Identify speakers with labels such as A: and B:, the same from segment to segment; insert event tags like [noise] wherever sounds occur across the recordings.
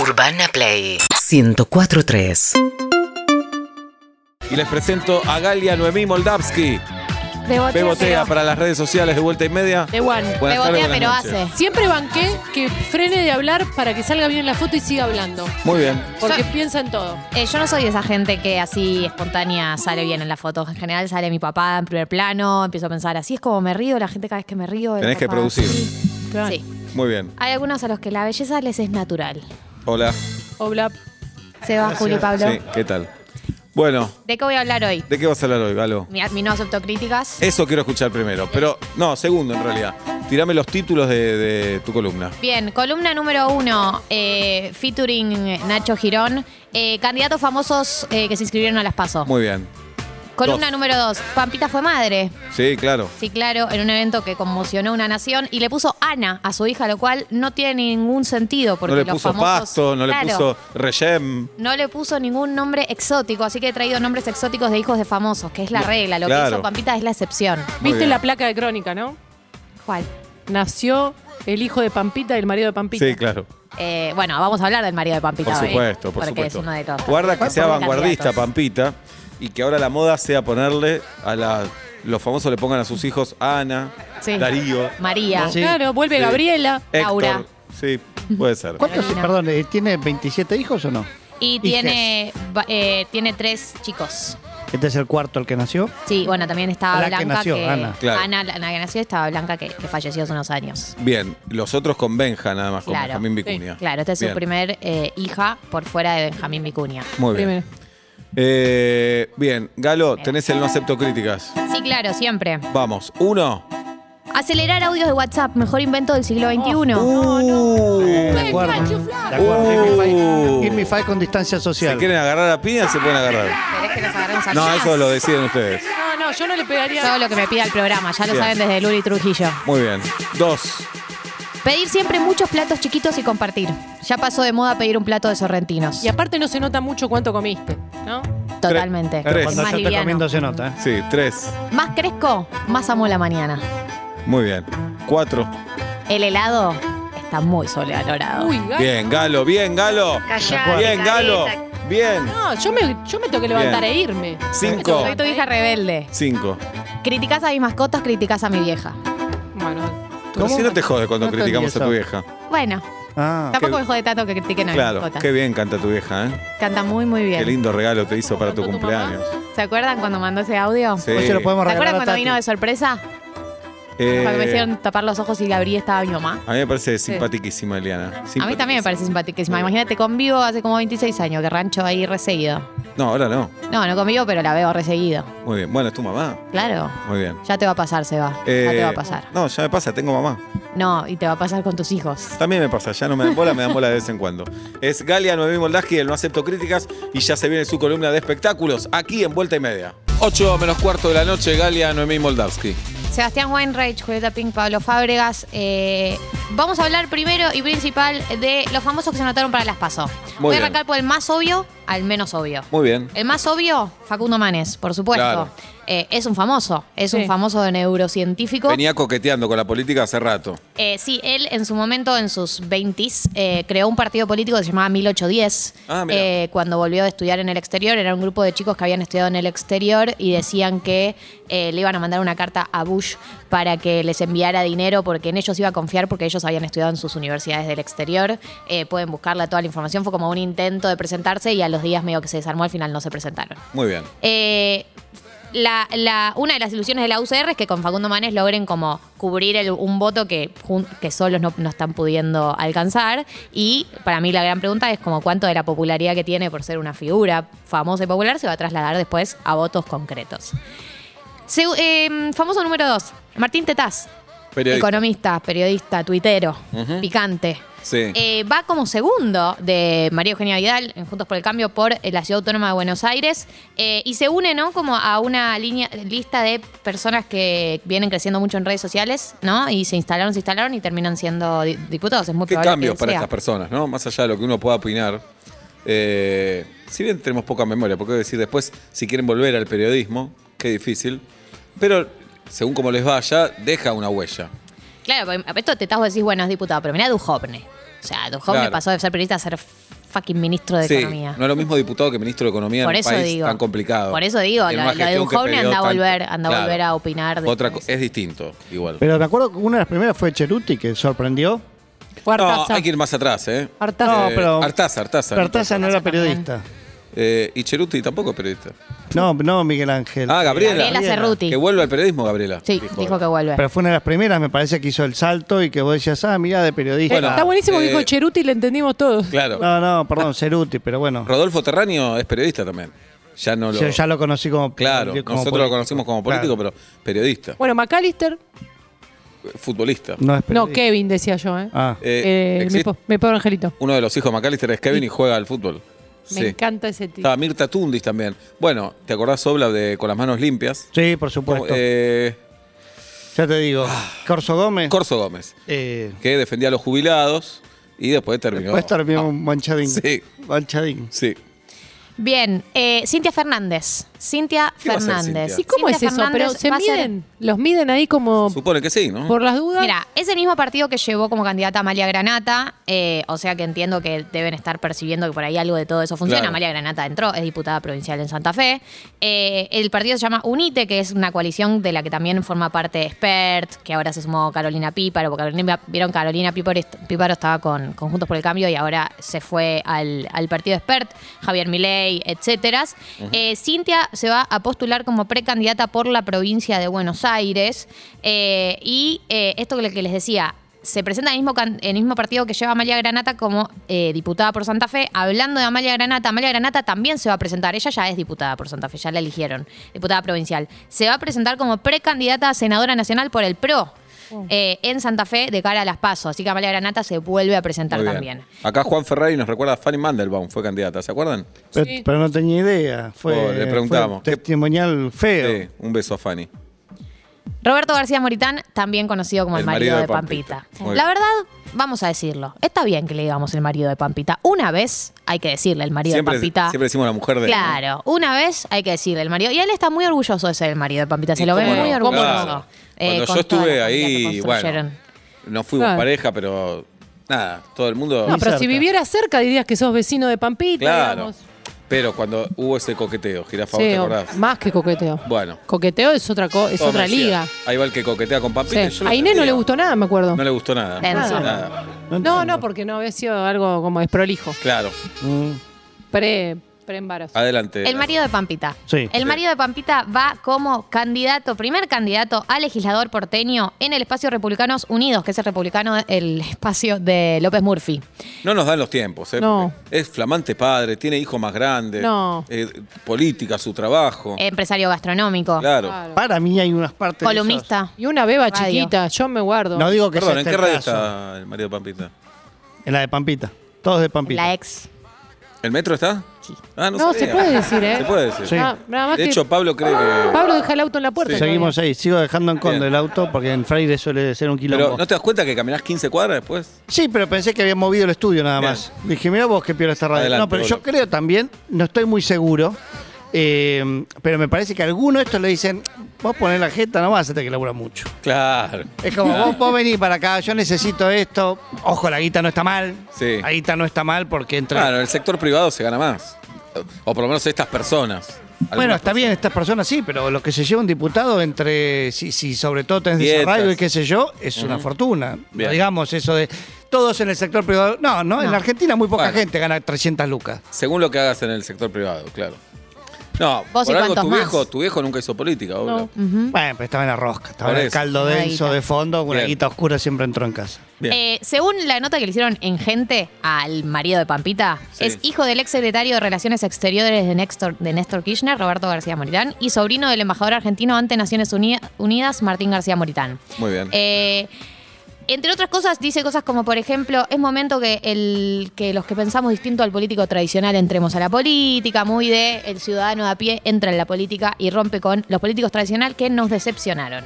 A: Urbana Play 1043.
B: Y les presento a Galia Noemí Moldavsky. Bebotea
C: Bebotea, pero,
B: para las redes sociales de vuelta y media.
C: de one.
B: Buenas tardes,
D: Rebotea,
B: buenas
D: pero
B: noches.
D: hace.
C: Siempre banqué que frene de hablar para que salga bien la foto y siga hablando.
B: Muy bien.
C: Porque
D: Yo-
C: piensa en todo.
D: Eh, yo no soy de esa gente que así espontánea sale bien en la foto. En general sale mi papá en primer plano, empiezo a pensar, así es como me río, la gente cada vez que me río. el
B: Tenés que
D: papá
B: producir.
D: así.
C: Claro.
D: Sí.
B: Muy bien.
D: Hay algunos a los que la belleza les es natural.
B: Hola.
C: O bla.
D: Se va Julio y Pablo.
B: Sí, ¿qué tal? Bueno,
D: ¿De qué voy a hablar hoy?
B: ¿de qué vas a hablar hoy, Galo?
D: Mi, mi no acepto críticas.
B: Eso quiero escuchar primero. Pero, no, segundo en realidad. Tirame los títulos de, de tu columna.
D: Bien, columna número uno, eh, featuring Nacho Girón. Eh, candidatos famosos eh, que se inscribieron a las PASO.
B: Muy bien.
D: columna
B: dos.
D: número dos, Pampita fue madre.
B: Sí, claro.
D: Sí, claro, en un evento que conmocionó una nación y le puso Ana a su hija, lo cual no tiene ningún sentido porque
B: No le
D: los
B: puso
D: famosos-
B: pasto, no
D: Claro,
B: le puso reyem.
D: no le puso ningún nombre exótico, así que he traído nombres exóticos de hijos de famosos, que es la
B: No,
D: regla. Lo
B: claro.
D: que hizo Pampita es la excepción.
B: Muy
C: Viste
B: bien.
C: la placa de crónica, ¿no?
D: ¿Cuál?
C: Nació el hijo de Pampita y el marido de Pampita.
B: Sí, claro.
D: Eh, bueno, vamos a hablar del marido de Pampita.
B: Por
D: hoy,
B: supuesto, por
D: porque
B: supuesto.
D: es uno de todos.
B: Guarda que sea vanguardista,
D: Candidatos.
B: Pampita, y que ahora la moda sea ponerle a la. Los famosos le pongan a sus hijos Ana,
D: Sí.
B: Darío,
D: María.
E: Sí.
C: Claro, vuelve
B: Sí. Eh,
C: Gabriela.
D: [laughs] Laura.
B: Héctor. Sí, puede ser.
E: ¿Cuántos,
D: Carolina.
E: perdón, eh, tiene 27 hijos o no?
D: Y tiene, va- eh, tiene tres chicos.
E: Este es el cuarto el que nació.
D: Sí, bueno, también estaba
E: La que
D: Blanca.
E: nació, Ana.
B: Claro.
D: Ana, la la que nació, estaba Blanca, que- que falleció hace unos años.
B: Bien, los otros con Benja nada más, con
D: Claro.
B: Benjamín Vicuña.
D: Claro, esta es su
B: Bien,
D: primer eh, hija por fuera de Benjamín Vicuña.
B: Muy bien.
C: Primero.
B: Eh, bien, Galo, tenés el no acepto críticas.
D: Sí, claro, siempre.
B: Vamos, uno.
D: Acelerar audios de WhatsApp, mejor invento del siglo XXI.
B: Oh.
E: De acuerdo. De acuerdo.
B: Uh.
E: Give me five- give me five con distancia
B: ¿Se
E: social.
B: quieren agarrar a piña? Se pueden agarrar.
D: ¿Querés que nos agarremos a
B: No,
D: piñas?
B: eso lo deciden ustedes.
C: No, no, yo no le
D: Todo
C: pegaría.
D: lo que me pida el programa, ya lo
B: Bien.
D: saben desde Luli Trujillo.
B: Muy bien. Dos.
D: Pedir siempre muchos platos chiquitos y compartir. Ya pasó de moda pedir un plato de sorrentinos.
C: Y aparte no se nota mucho cuánto comiste, ¿no?
D: Totalmente.
B: Tres.
E: Cuando
D: Más
E: yo estoy
D: liviano.
E: comiendo se nota. ¿eh?
B: Sí, tres.
D: Más cresco, más amo la mañana.
B: Muy bien. Cuatro.
D: El helado está muy
B: Ah.
D: sobrevalorado.
C: Uy, Gaby.
B: Bien, Galo, bien, Galo. Bien, Galo. Bien.
C: No, yo me, yo me tengo que levantar
B: Bien.
C: e irme.
B: Cinco.
D: Soy tu hija rebelde.
B: Cinco.
D: Criticas a mis mascotas, criticas a mi vieja.
C: Bueno,
B: Pero si no te jodes cuando
E: No te
B: criticamos
E: olvides
B: a tu
E: eso.
B: vieja.
D: Bueno,
E: Ah,
D: Tampoco
B: qué-
D: me jode tanto que critiquen a mi
B: Claro,
D: mascota.
B: qué bien canta tu vieja, ¿eh?
D: Canta muy, muy bien.
B: Qué lindo regalo te hizo para tu
C: ¿Cantó tu mamá?
B: cumpleaños.
D: ¿Se acuerdan cuando mandó ese audio?
B: Sí.
E: hoy se lo podemos
D: ¿Se
E: regalar
D: acuerdan
E: a
D: cuando
E: Tati.
D: vino de sorpresa?
B: Eh,
D: Cuando me hicieron tapar los ojos y Gabriel estaba mi mamá.
B: A mí me parece simpatiquísima, Eliana.
D: A mí también me
B: Simpatiquísima.
D: parece simpaticísima. Imagínate, convivo hace como 26 años, que rancho ahí reseguido.
B: No, ahora no.
D: No, no convivo, pero la veo reseguido.
B: Muy bien. Bueno, es tu mamá.
D: Claro.
B: Muy bien.
D: Ya te va a pasar, Seba. ya te
B: Eh,
D: va a pasar.
B: No, ya me pasa, tengo mamá.
D: No, y te va a pasar con tus hijos.
B: También me pasa, ya no me dan bola, me dan bola de vez en cuando. Es Galia Noemí Moldaski, el No Acepto Críticas, y ya se viene su columna de espectáculos, aquí en Vuelta y Media. 8 menos cuarto de la noche, Galia Noemí Moldavsky.
D: Sebastián Weinreich, Julieta Pink, Pablo Fábregas. eh, vamos a hablar primero y principal de los famosos que se anotaron para las PASO.
B: Muy
D: Voy a
B: bien.
D: arrancar por el más obvio al menos obvio.
B: Muy bien.
D: El más obvio, Facundo Manes, por supuesto.
B: Claro.
D: Eh, es un famoso, es
C: Sí.
D: un famoso de neurocientífico.
B: Venía coqueteando con la política hace rato.
D: Eh, sí, él en su momento, en sus 20s, eh, creó un partido político que se llamaba 1810.
B: Ah, mirá.
D: Eh, cuando volvió de estudiar en el exterior, era un grupo de chicos que habían estudiado en el exterior y decían que eh, le iban a mandar una carta a Bush para que les enviara dinero porque en ellos iba a confiar porque ellos habían estudiado en sus universidades del exterior. Eh, pueden buscarla toda la información. Fue como un intento de presentarse y a los días medio que se desarmó, al final no se presentaron.
B: Muy bien.
D: Eh, la- la- una de las ilusiones de la UCR es que con Facundo Manes logren como cubrir el- un voto que, jun- que solos no, no están pudiendo alcanzar. Y para mí la gran pregunta es como cuánto de la popularidad que tiene por ser una figura famosa y popular se va a trasladar después a votos concretos. Segu- eh, famoso número dos, Martín Tetaz,
B: Periodista.
D: economista, periodista, tuitero,
B: Ujú.
D: picante.
B: Sí.
D: Eh, va como segundo de María Eugenia Vidal en Juntos por el Cambio por eh, la Ciudad Autónoma de Buenos Aires eh, y se une ¿no? como a una línea, lista de personas que vienen creciendo mucho en redes sociales ¿no? y se instalaron, se instalaron y terminan siendo di- diputados. Es muy
B: ¿Qué
D: probable
B: cambios
D: que
B: para
D: sea.
B: estas personas, no? Más allá de lo que uno pueda opinar. Eh, si bien tenemos poca memoria, porque decir después, si quieren volver al periodismo, qué difícil. Pero según como les vaya, deja una huella.
D: Claro, porque esto te estás vos decís, bueno, es diputado, pero mirá Dujovne. O sea, Duhomne
B: Claro.
D: pasó de ser periodista a ser fucking ministro de
B: sí,
D: Economía.
B: no es lo mismo diputado que ministro de Economía
D: Por
B: en un
D: eso
B: país
D: digo.
B: tan complicado.
D: Por eso digo,
B: En
D: lo-
B: una
D: lo de
B: gestión que
D: Duhovne
B: perdió
D: anda a
B: tanto.
D: volver- anda a volver a opinar de-
B: Otra co- es distinto, igual.
E: Pero me acuerdo que una de las primeras fue Cheruti, que sorprendió.
B: no,
C: Cuartaza.
B: hay que ir más atrás, ¿eh?
C: Artaza.
E: No, pero-
B: Artaza, Artaza.
E: Pertaza no era
D: Artaza también.
E: periodista.
B: Eh, y Cheruti tampoco es periodista.
E: No, no, Miguel Ángel.
B: Ah, Gabriela.
D: Gabriela Cerruti.
B: Que vuelve al periodismo, Gabriela.
D: Sí, dijo que vuelve.
E: Pero fue una de las primeras, me parece, que hizo el salto y que vos decías, ah, mirá, de periodista.
B: Bueno,
C: Está buenísimo que
B: eh,
C: dijo Cheruti y le entendimos todos.
B: Claro.
E: No, no, perdón, Ceruti, pero bueno.
B: Rodolfo Terráneo es periodista también. Ya no lo.
E: Yo ya lo conocí como
B: Claro,
E: como
B: nosotros lo
E: político.
B: conocimos como político,
E: Claro.
B: pero periodista,
C: Bueno, McAllister.
B: futbolista.
E: No, es
C: No,
E: periodista.
C: Kevin decía yo, ¿eh?
E: Ah.
B: Eh,
C: Eh, mi,
B: existe-
C: po- mi pobre angelito.
B: Uno de los hijos de McAllister es Kevin y juega al fútbol.
C: Me
B: Sí.
C: encanta ese tipo.
B: Estaba Mirta Tundis también. Bueno, ¿te acordás, Obla, de Con las manos limpias?
E: Sí, por
B: Como,
E: supuesto.
B: eh, Ah.
E: ya te digo. Corso Gómez.
B: Corso Gómez,
E: eh,
B: que defendía a los jubilados y después terminó.
E: Puede estar bien manchadín.
B: Ah. Sí.
E: Manchadín.
B: Sí.
D: Bien, eh, Cintia Fernández. Cintia
B: ¿Qué va a hacer
D: Fernández.
B: Cintia?
C: ¿Y cómo
D: Cintia
C: es eso? Pero
D: Fernández
C: se
D: va a ser-
C: miden, los miden ahí como
B: Supone que sí, ¿no?
C: por las dudas.
D: Mira, es el mismo partido que llevó como candidata a Amalia Granata, eh, o sea que entiendo que deben estar percibiendo que por ahí algo de todo eso funciona.
B: Claro.
D: Amalia Granata entró, es diputada provincial en Santa Fe. Eh, el partido se llama UNITE, que es una coalición de la que también forma parte Expert, que ahora se sumó Carolina Píparo, porque Carolina, vieron Carolina Píparo, est- Píparo estaba con, con Juntos por el Cambio y ahora se fue al, al partido Expert, Javier Milei, etcétera. Eh, Cintia se va a postular como precandidata por la provincia de Buenos Aires. Eh, y eh, esto que que les decía, se presenta en el mismo, can- en el mismo partido que lleva Amalia Granata como eh, diputada por Santa Fe. Hablando de Amalia Granata, Amalia Granata también se va a presentar. Ella ya es diputada por Santa Fe, ya la eligieron, diputada provincial. Se va a presentar como precandidata a senadora nacional por el PRO. eh, en Santa Fe de cara a las pasos. Así que Amalia Granata se vuelve a presentar
B: Muy bien.
D: también.
B: Acá Juan Ferrari nos recuerda a Fanny Mandelbaum, fue candidata, ¿se acuerdan?
E: Pero, pero no tenía idea. Fue,
B: Oh, le preguntamos.
E: fue testimonial feo.
B: Sí, un beso a Fanny.
D: Roberto García Moritán, también conocido como el, marido, de, Pampita.
B: Muy
D: La
B: bien.
D: verdad, vamos a decirlo. Está bien que le digamos el marido de Pampita. Una vez hay que decirle el marido
B: Siempre,
D: de Pampita.
B: siempre decimos la mujer de.
D: Claro, una vez hay que decirle el marido. Y él está muy orgulloso de ser el marido de Pampita. Se
B: Y
D: lo ve
B: cómo no,
D: muy
B: cómo
D: orgulloso.
B: no.
D: eh,
B: Cuando yo
D: con toda la
B: estuve
D: familia que
B: ahí, bueno,
D: construyeron.
B: no fuimos
C: Claro.
B: pareja, pero nada, todo el mundo...
C: No, pero si
E: cerca.
C: viviera cerca dirías que sos vecino de Pampita,
B: claro.
C: digamos.
B: Pero cuando hubo ese coqueteo, Girafa, ¿vos
C: Sí,
B: ¿te
C: o-
B: acordás?
C: más que coqueteo.
B: Bueno.
C: Coqueteo es otra co- es
B: Todos me
C: otra
B: decían,
C: liga.
B: Ahí va el que coquetea con Pampita.
C: Sí.
B: yo lo
C: A Inés no
B: entendía.
C: le gustó nada, me acuerdo.
B: No le gustó nada.
D: Tenso.
B: Nada.
C: No, no,
E: entiendo.
C: porque no había sido algo como desprolijo.
B: Claro.
E: Mm,
C: Pre, pre-embarazo.
B: Adelante.
D: El marido de Pampita.
E: Sí.
D: El marido de Pampita va como candidato, primer candidato a legislador porteño en el espacio Republicanos Unidos, que es el republicano, el espacio de López Murphy.
B: No nos dan los tiempos, ¿eh?
C: No.
B: Porque Es flamante padre, tiene hijos más grandes.
C: No. Eh,
B: eh, política, su trabajo.
D: Empresario gastronómico.
B: Oh. claro.
C: Claro.
E: Para mí hay unas partes. de
D: columnista.
C: Y una beba
D: Radio.
C: chiquita, yo me guardo.
E: esas- No digo que
B: Perdón,
E: sea
B: ¿en
E: este
B: qué radio
E: caso.
B: está el marido de Pampita?
E: En la de Pampita. Todos de Pampita.
D: La ex.
B: ¿El metro está?
D: Sí.
B: Ah, no,
C: No,
B: sabía.
C: se puede decir, ¿eh?
B: Se puede decir.
E: Sí.
C: Nada, nada más
B: De
C: que Ah,
B: hecho, Pablo cree que.
C: Pablo deja el auto en la puerta.
B: Sí.
C: todavía.
E: Seguimos ahí. Sigo dejando en condo
B: Bien.
E: el auto porque en Freire suele ser un
B: Pero
E: kilómetro.
B: ¿no te das cuenta que caminás 15 cuadras después?
E: Sí, pero pensé que había movido el estudio nada
B: Bien.
E: más. Dije, mira vos qué piola esta radio.
B: Adelante,
E: no, pero yo
B: Bolo.
E: creo también, no estoy muy seguro, eh, pero me parece que a alguno de estos le dicen, vos ponés la jeta nomás, hasta que labura mucho.
B: Claro.
E: Es como, vos, vos venís para acá, yo necesito esto. Ojo, la guita no está mal.
B: Sí.
E: La guita no está mal porque entra.
B: Claro, en el sector privado se gana más. O por lo menos estas personas.
E: Bueno,
B: Algunas
E: está bien, estas personas sí, pero lo que se lleva un diputado entre, si, si sobre todo tenés
B: Dietas.
E: desarraigo y qué sé yo, es una fortuna.
B: Bien.
E: No digamos eso de todos en el sector privado. No, no, en
D: No.
E: la Argentina muy poca
B: Bueno.
E: gente gana 300 lucas.
B: Según lo que hagas en el sector privado, claro. No,
D: Vos
B: por
D: y
B: algo
D: cuantos
B: tu
D: más.
B: viejo, tu viejo nunca hizo política, obvio.
C: No.
E: Bueno, pero estaba en la rosca, estaba
B: Por
E: en el
B: eso.
E: caldo
D: Una
E: denso
D: guita.
E: de fondo, una
B: Bien.
E: guita oscura siempre entró en casa.
B: Bien.
D: Eh, según la nota que le hicieron en Gente al marido de Pampita,
B: Sí.
D: es hijo del ex secretario de Relaciones Exteriores de Néstor, de Néstor Kirchner, Roberto García Moritán, y sobrino del embajador argentino ante Naciones Uni- Unidas, Martín García Moritán.
B: Muy bien.
D: Eh, entre otras cosas, dice cosas como, por ejemplo, es momento que, el, que los que pensamos distinto al político tradicional entremos a la política, muy de el ciudadano de a pie entra en la política y rompe con los políticos tradicionales que nos decepcionaron.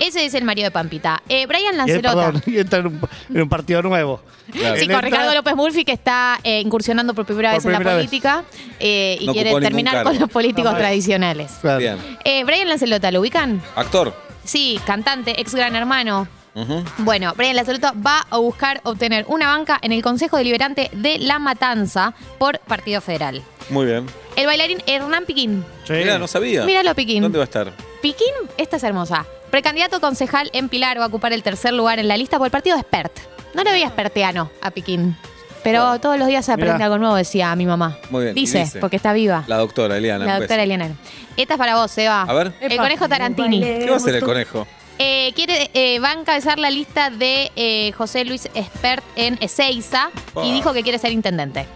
D: Ese es el marido de Pampita. Eh, Brian
E: Y él,
D: Lancerota.
E: perdón, y entra en un, en un partido nuevo.
B: Claro.
D: Sí,
E: Él
D: con
E: entra-
D: Ricardo López Murphy que está eh, incursionando por primera
E: Por
D: vez en
E: primera
D: la
E: vez.
D: política eh, y
B: No
D: quiere
B: ocupó ningún
D: terminar
B: cargo.
D: con los políticos
E: No, no.
D: tradicionales.
E: Claro.
B: Bien.
D: Eh, Brian Lancelota, ¿lo ubican?
B: Actor.
D: Sí, cantante, ex gran hermano.
B: Ujú.
D: Bueno, Brian Lazarotto va a buscar obtener una banca en el Consejo Deliberante de La Matanza por Partido Federal.
B: Muy bien.
D: El bailarín Hernán Piquín.
E: Sí.
B: Mira, no sabía.
D: Míralo, Piquín.
B: ¿Dónde va a estar?
D: Piquín, esta es hermosa. Precandidato concejal en Pilar va a ocupar el tercer lugar en la lista por el partido de Spert. No le veía esperteano a Piquín. Pero todos los días se aprende
E: Mirá.
D: algo nuevo, decía mi mamá.
B: Muy bien, y
D: Dice,
B: dice.
D: porque está viva. La,
B: La doctora Eliana. un
D: doctora
B: beso.
D: Eliana. Esta es para vos, Seba.
B: A
E: Eh,
B: ver.
D: El
C: Epa.
D: conejo Tarantini.
B: ¿Qué va a hacer el conejo?
D: Eh, quiere, eh, va a encabezar la lista de eh, José Luis Espert en Ezeiza
B: Pa.
D: y dijo que quiere ser intendente.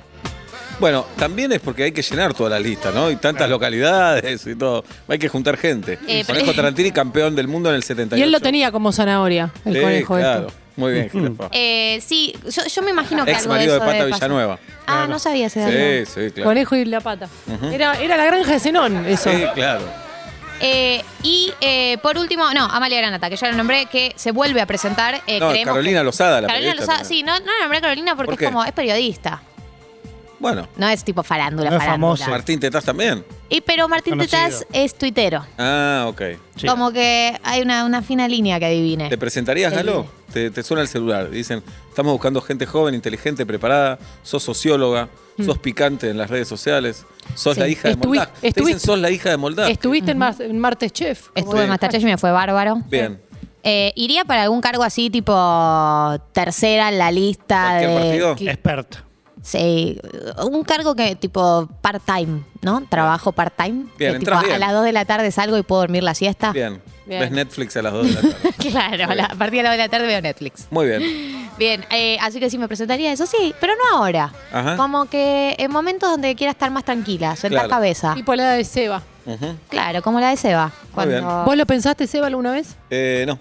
B: Bueno, también es porque hay que llenar toda la lista, ¿no? Y tantas localidades y todo. Hay que juntar gente.
D: Eh, pero-
B: Conejo Tarantini, campeón del mundo en el 78.
C: Y él lo tenía como zanahoria, el
B: Sí,
C: conejo
B: claro.
C: este.
B: Muy bien, Jirafa.
D: Eh, sí, yo, yo me imagino que
B: Ex
D: algo de
B: marido
D: eso
B: de Pata
D: debe pasar.
B: Villanueva.
D: Ah, no sabía ese dato.
B: Sí, sí, claro.
C: Conejo y la pata. era, era la granja de Zenón, eso.
B: Sí, claro.
D: Eh, y eh, por último, no, Amalia Granata, que ya la nombré, que se vuelve a presentar. eh,
B: No,
D: creemos
B: Carolina
D: que-
B: Lozada, la
D: Carolina
B: periodista
D: Lozada, sí,
B: también.
D: no, no la nombré a Carolina porque
B: ¿Por qué?
D: es como, es periodista.
B: Bueno,
D: No es tipo farándula,
E: No es
D: farándula.
E: famosa.
B: Martín Tetaz también.
D: Y pero Martín
E: Conocido.
D: Tetaz es tuitero.
B: Ah, ok.
E: Sí.
D: Como que hay una, una fina línea que adivine.
B: ¿Te presentarías,
D: Sí.
B: Galo? Te, te suena el celular. Dicen, estamos buscando gente joven, inteligente, preparada. Sos socióloga, sos picante en las redes sociales. Sos
D: Sí.
B: la hija de
C: Estuvi-
B: Moldá. Te dicen,
C: estuviste-
B: sos la hija de Moldá.
C: Estuviste en, Mar- en Martes Chef.
D: Estuve
B: Sí.
D: en Masterchef y me fue bárbaro.
B: Bien.
D: Eh, iría para algún cargo así, tipo tercera en la lista.
B: ¿Cualquier
D: de-
B: partido?
D: que-
E: Expert.
D: Sí, un cargo que tipo part-time, ¿no? Trabajo part-time.
B: Bien,
D: que, tipo,
B: entras
D: a,
B: bien.
D: a las 2 de la tarde salgo y puedo dormir la siesta.
B: Bien.
C: Bien.
B: Ves Netflix a las 2 de la tarde.
D: [laughs] Claro,
B: Muy
D: la-
B: bien.
D: a partir de las 2 de la tarde veo Netflix.
B: Muy
D: [laughs]
B: bien.
D: Bien, eh, así que sí me presentaría eso, sí, pero no ahora.
B: Ajá.
D: Como que en momentos donde quiera estar más tranquila, sentar
B: Claro.
D: cabeza.
C: Tipo la de Seba.
B: Ujú.
D: Claro, como la de Seba. Cuando...
B: bien.
C: ¿Vos lo pensaste, Seba, alguna vez?
B: Eh, no.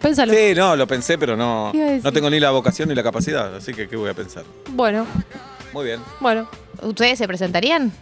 C: Pénsalo.
B: Sí, no, lo pensé, pero no,
C: ¿Qué iba a decir?
B: no tengo ni la vocación ni la capacidad. Así que, ¿qué voy a pensar?
C: Bueno,
B: Muy bien.
C: bueno.
D: ¿Ustedes se presentarían?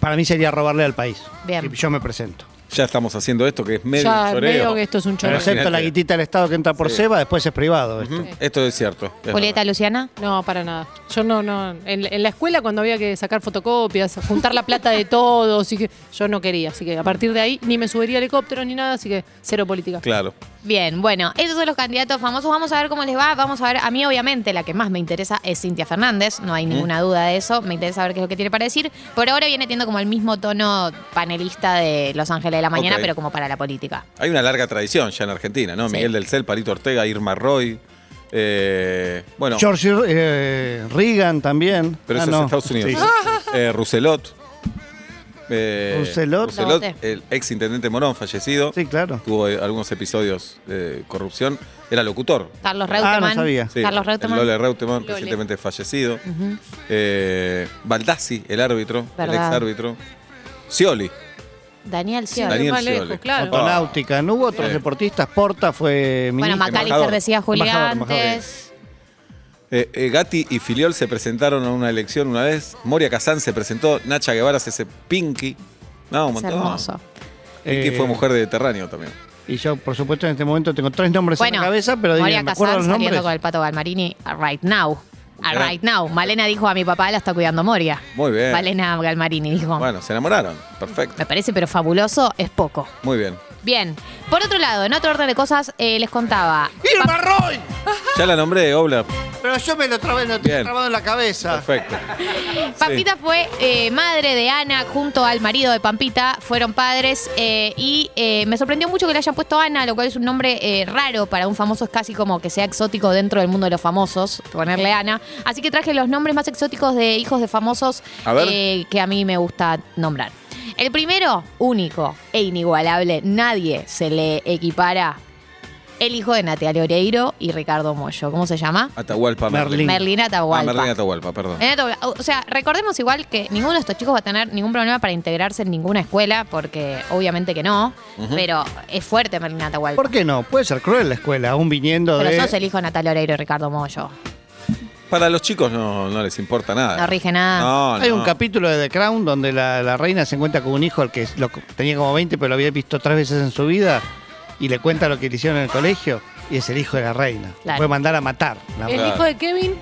E: Para mí sería robarle al país.
D: Bien.
E: Y Yo me presento.
B: Ya estamos haciendo esto que es medio
C: ya
B: choreo.
C: veo que esto es un choreo.
E: Pero acepto la guitita del Estado que entra por
B: Sí.
E: Seba, después es privado. esto.
B: Ujú, Esto es cierto. es
D: Julieta,
B: verdad.
D: Luciana.
C: No, para nada. Yo no, no. En, en la escuela cuando había que sacar fotocopias, juntar la plata de todos, y que yo no quería. Así que a partir de ahí ni me subiría al helicóptero ni nada, así que cero política.
B: Claro.
D: Bien, bueno, esos son los candidatos famosos. Vamos a ver cómo les va. Vamos a ver, a mí obviamente la que más me interesa es Cintia Fernández. No hay ninguna duda de eso. Me interesa ver qué es lo que tiene para decir. Por ahora viene teniendo como el mismo tono panelista de Los Ángeles de la Mañana,
B: Ok.
D: pero como para la política.
B: Hay una larga tradición ya en Argentina, ¿no?
D: Sí.
B: Miguel del Cel, Parito Ortega, Irma Roy. eh, bueno,
E: George eh, Reagan también.
B: pero
E: Ah,
B: eso
E: no.
B: es Estados Unidos.
E: Sí.
B: Eh, Rousselot. eh,
E: Rousselot.
B: Rousselot,
D: La boté.
B: el ex intendente Morón, fallecido.
E: Sí, claro.
B: Tuvo eh, algunos episodios de corrupción. Era locutor.
D: Carlos
E: Ah, no
D: Reutemann.
E: sabía.
B: Sí,
D: Carlos
B: el
D: Reutemann.
B: Lole Reutemann,
C: Lole.
B: recientemente fallecido. Eh, Baldassi, el árbitro, el
D: Verdad.
B: ex árbitro. Scioli.
D: Daniel
C: Sí,
D: Scioli.
B: Daniel
C: más lejos,
B: Scioli.
C: claro.
E: Autonáutica. No hubo otros
B: Sí.
E: deportistas. Porta fue
D: Bueno,
E: ministro.
D: Macalister
B: embajador.
D: decía Julián
E: Embajador, embajador.
D: antes.
B: Eh, eh, Gatti y Filiol se presentaron a una elección una vez. Moria Kazán se presentó. Nacha Guevara se hace Pinky. No, un
D: Es
B: montón.
D: hermoso.
B: Pinky
E: Eh,
B: fue mujer de Terráneo también.
E: Y yo, por supuesto, en este momento tengo tres nombres en
D: Bueno,
E: la cabeza, pero
D: Moria
E: díganme, ¿me acuerdo
D: Casán
E: los
D: saliendo
E: nombres?
D: con el pato Galmarini a right now. A
B: Mirá.
D: right now. Malena dijo a mi papá, la está cuidando Moria.
B: Muy bien.
D: Malena Galmarini dijo.
B: Bueno, se enamoraron. Perfecto.
D: Me parece, pero fabuloso es poco.
B: Muy bien.
D: Bien. Por otro lado, en otro orden de cosas, eh, les contaba.
E: ¡Irma Roy!
B: Ya la nombré, Obla.
E: Pero yo me lo trabé, lo tengo
B: Bien.
E: trabado en la cabeza.
B: Perfecto.
D: [laughs] Pampita fue eh, madre de Ana junto al marido de Pampita. Fueron padres eh, y eh, me sorprendió mucho que le hayan puesto Ana, lo cual es un nombre eh, raro para un famoso. Es casi como que sea exótico dentro del mundo de los famosos, ponerle Ana. Así que traje los nombres más exóticos de hijos de famosos
B: A ver.
D: eh, que a mí me gusta nombrar. El primero, único e inigualable, nadie se le equipara. El hijo de Natalia Oreiro y Ricardo Mollo. ¿Cómo se llama?
B: Atahualpa
E: Merlín.
D: Merlina
B: Ah,
D: Atahualpa. Eh.
B: Merlín Atahualpa, perdón.
D: En otro- O sea, recordemos igual que ninguno de estos chicos va a tener ningún problema para integrarse en ninguna escuela, porque obviamente que no, pero es fuerte Merlina Atahualpa.
E: ¿Por qué no? Puede ser cruel la escuela, aún viniendo
D: Pero
E: de...
D: sos el hijo de Natalia Oreiro y Ricardo Mollo.
B: Para los chicos no, no les importa nada.
D: No rige nada.
B: Ah. No,
E: Hay
B: no.
E: un capítulo de The Crown donde la, la reina se encuentra con un hijo al que lo- tenía como 20, pero lo había visto tres veces en su vida, y le cuenta lo que le hicieron en el colegio, y es el hijo de la reina. Lo
D: Claro.
E: puede mandar a matar. la
C: El
E: madre.
C: hijo de Kevin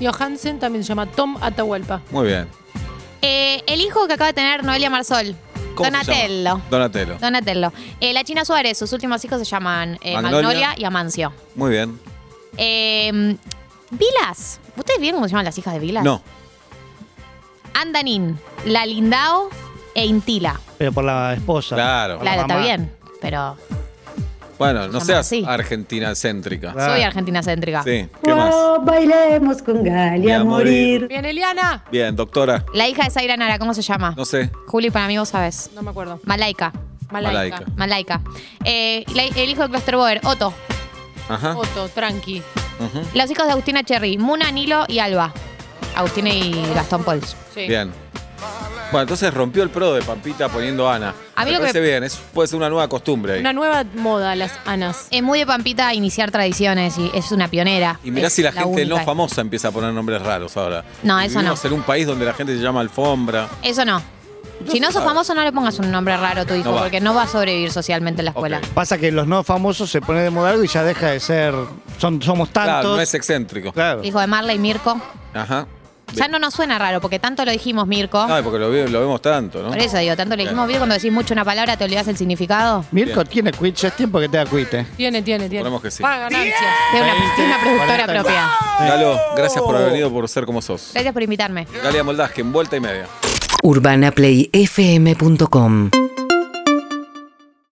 C: Johansen también se llama Tom Atahualpa.
B: Muy bien.
D: Eh, el hijo que acaba de tener Noelia Marsol.
B: ¿Cómo se llama?
D: Donatello.
B: Donatello.
D: Donatello. Eh, la China Suárez, sus últimos hijos se llaman eh,
B: Magnolia.
D: Magnolia. y Amancio.
B: Muy bien.
D: Eh, Vilas. ¿Ustedes vieron cómo se llaman las hijas de Vilas?
B: No.
D: Andanín, La Lindao e Intila.
E: Pero por la esposa.
B: Claro.
E: Por la
D: Claro, está
E: mamá.
D: bien, pero
B: Bueno, no
D: llama
B: seas
D: así.
B: argentina céntrica.
E: Ah.
D: soy argentina céntrica.
B: Sí, ¿qué más?
F: bailemos con Galia
B: a morir.
C: Bien, Eliana.
B: Bien, doctora.
D: La hija de Zaira Nara, ¿cómo se llama?
B: No sé.
D: Juli, para mí vos sabés.
C: No me acuerdo.
D: Malaika.
C: Malaika.
B: Malaika.
D: Malaika. Eh, la- el hijo de Klosterboer, Otto.
B: Ajá.
C: Otto, tranqui.
B: ujú.
D: Los hijos de Agustina Cherry, Muna, Nilo y Alba. Agustina y Gastón Pols.
C: Sí.
B: Bien. Bueno, entonces rompió el pro de Pampita poniendo Ana.
D: A mí
B: Me
D: lo que-
B: parece bien, es- puede ser una nueva costumbre ahí.
C: Una nueva moda, las Anas.
D: Es muy de Pampita iniciar tradiciones y es una pionera.
B: Y mirá
D: Es
B: si la, gente
D: única.
B: no famosa empieza a poner nombres raros ahora.
D: No, eso
B: Vivimos en un país donde la gente se llama alfombra.
D: Eso no. Si no sos famoso, no le pongas un nombre raro a tu hijo,
B: No va.
D: porque no va a sobrevivir socialmente en la escuela.
B: Ok.
E: Pasa que los no famosos se ponen de moda algo y ya deja de ser. Son, somos tantos.
B: Claro, no es excéntrico.
E: Claro.
D: Hijo de Marla y Mirko.
B: Ajá.
D: Ya no nos suena raro, porque tanto lo dijimos, Mirko.
B: No, porque lo, vi- lo vemos tanto, ¿no?
D: Por eso digo, tanto lo dijimos, Mirko, cuando decís mucho una palabra, te olvidas el significado.
E: Mirko tiene quit, ya es tiempo que te da quit, eh.
C: Tiene, tiene, tiene.
B: Ponemos que sí.
C: Paga ganancias.
D: Tiene una, tiene [laughs] una productora
E: 40.
D: propia.
B: Galo, gracias por haber venido, por ser como sos.
D: Gracias por invitarme.
B: Galia Moldasque, en vuelta y media.
A: urbanaplayfm.com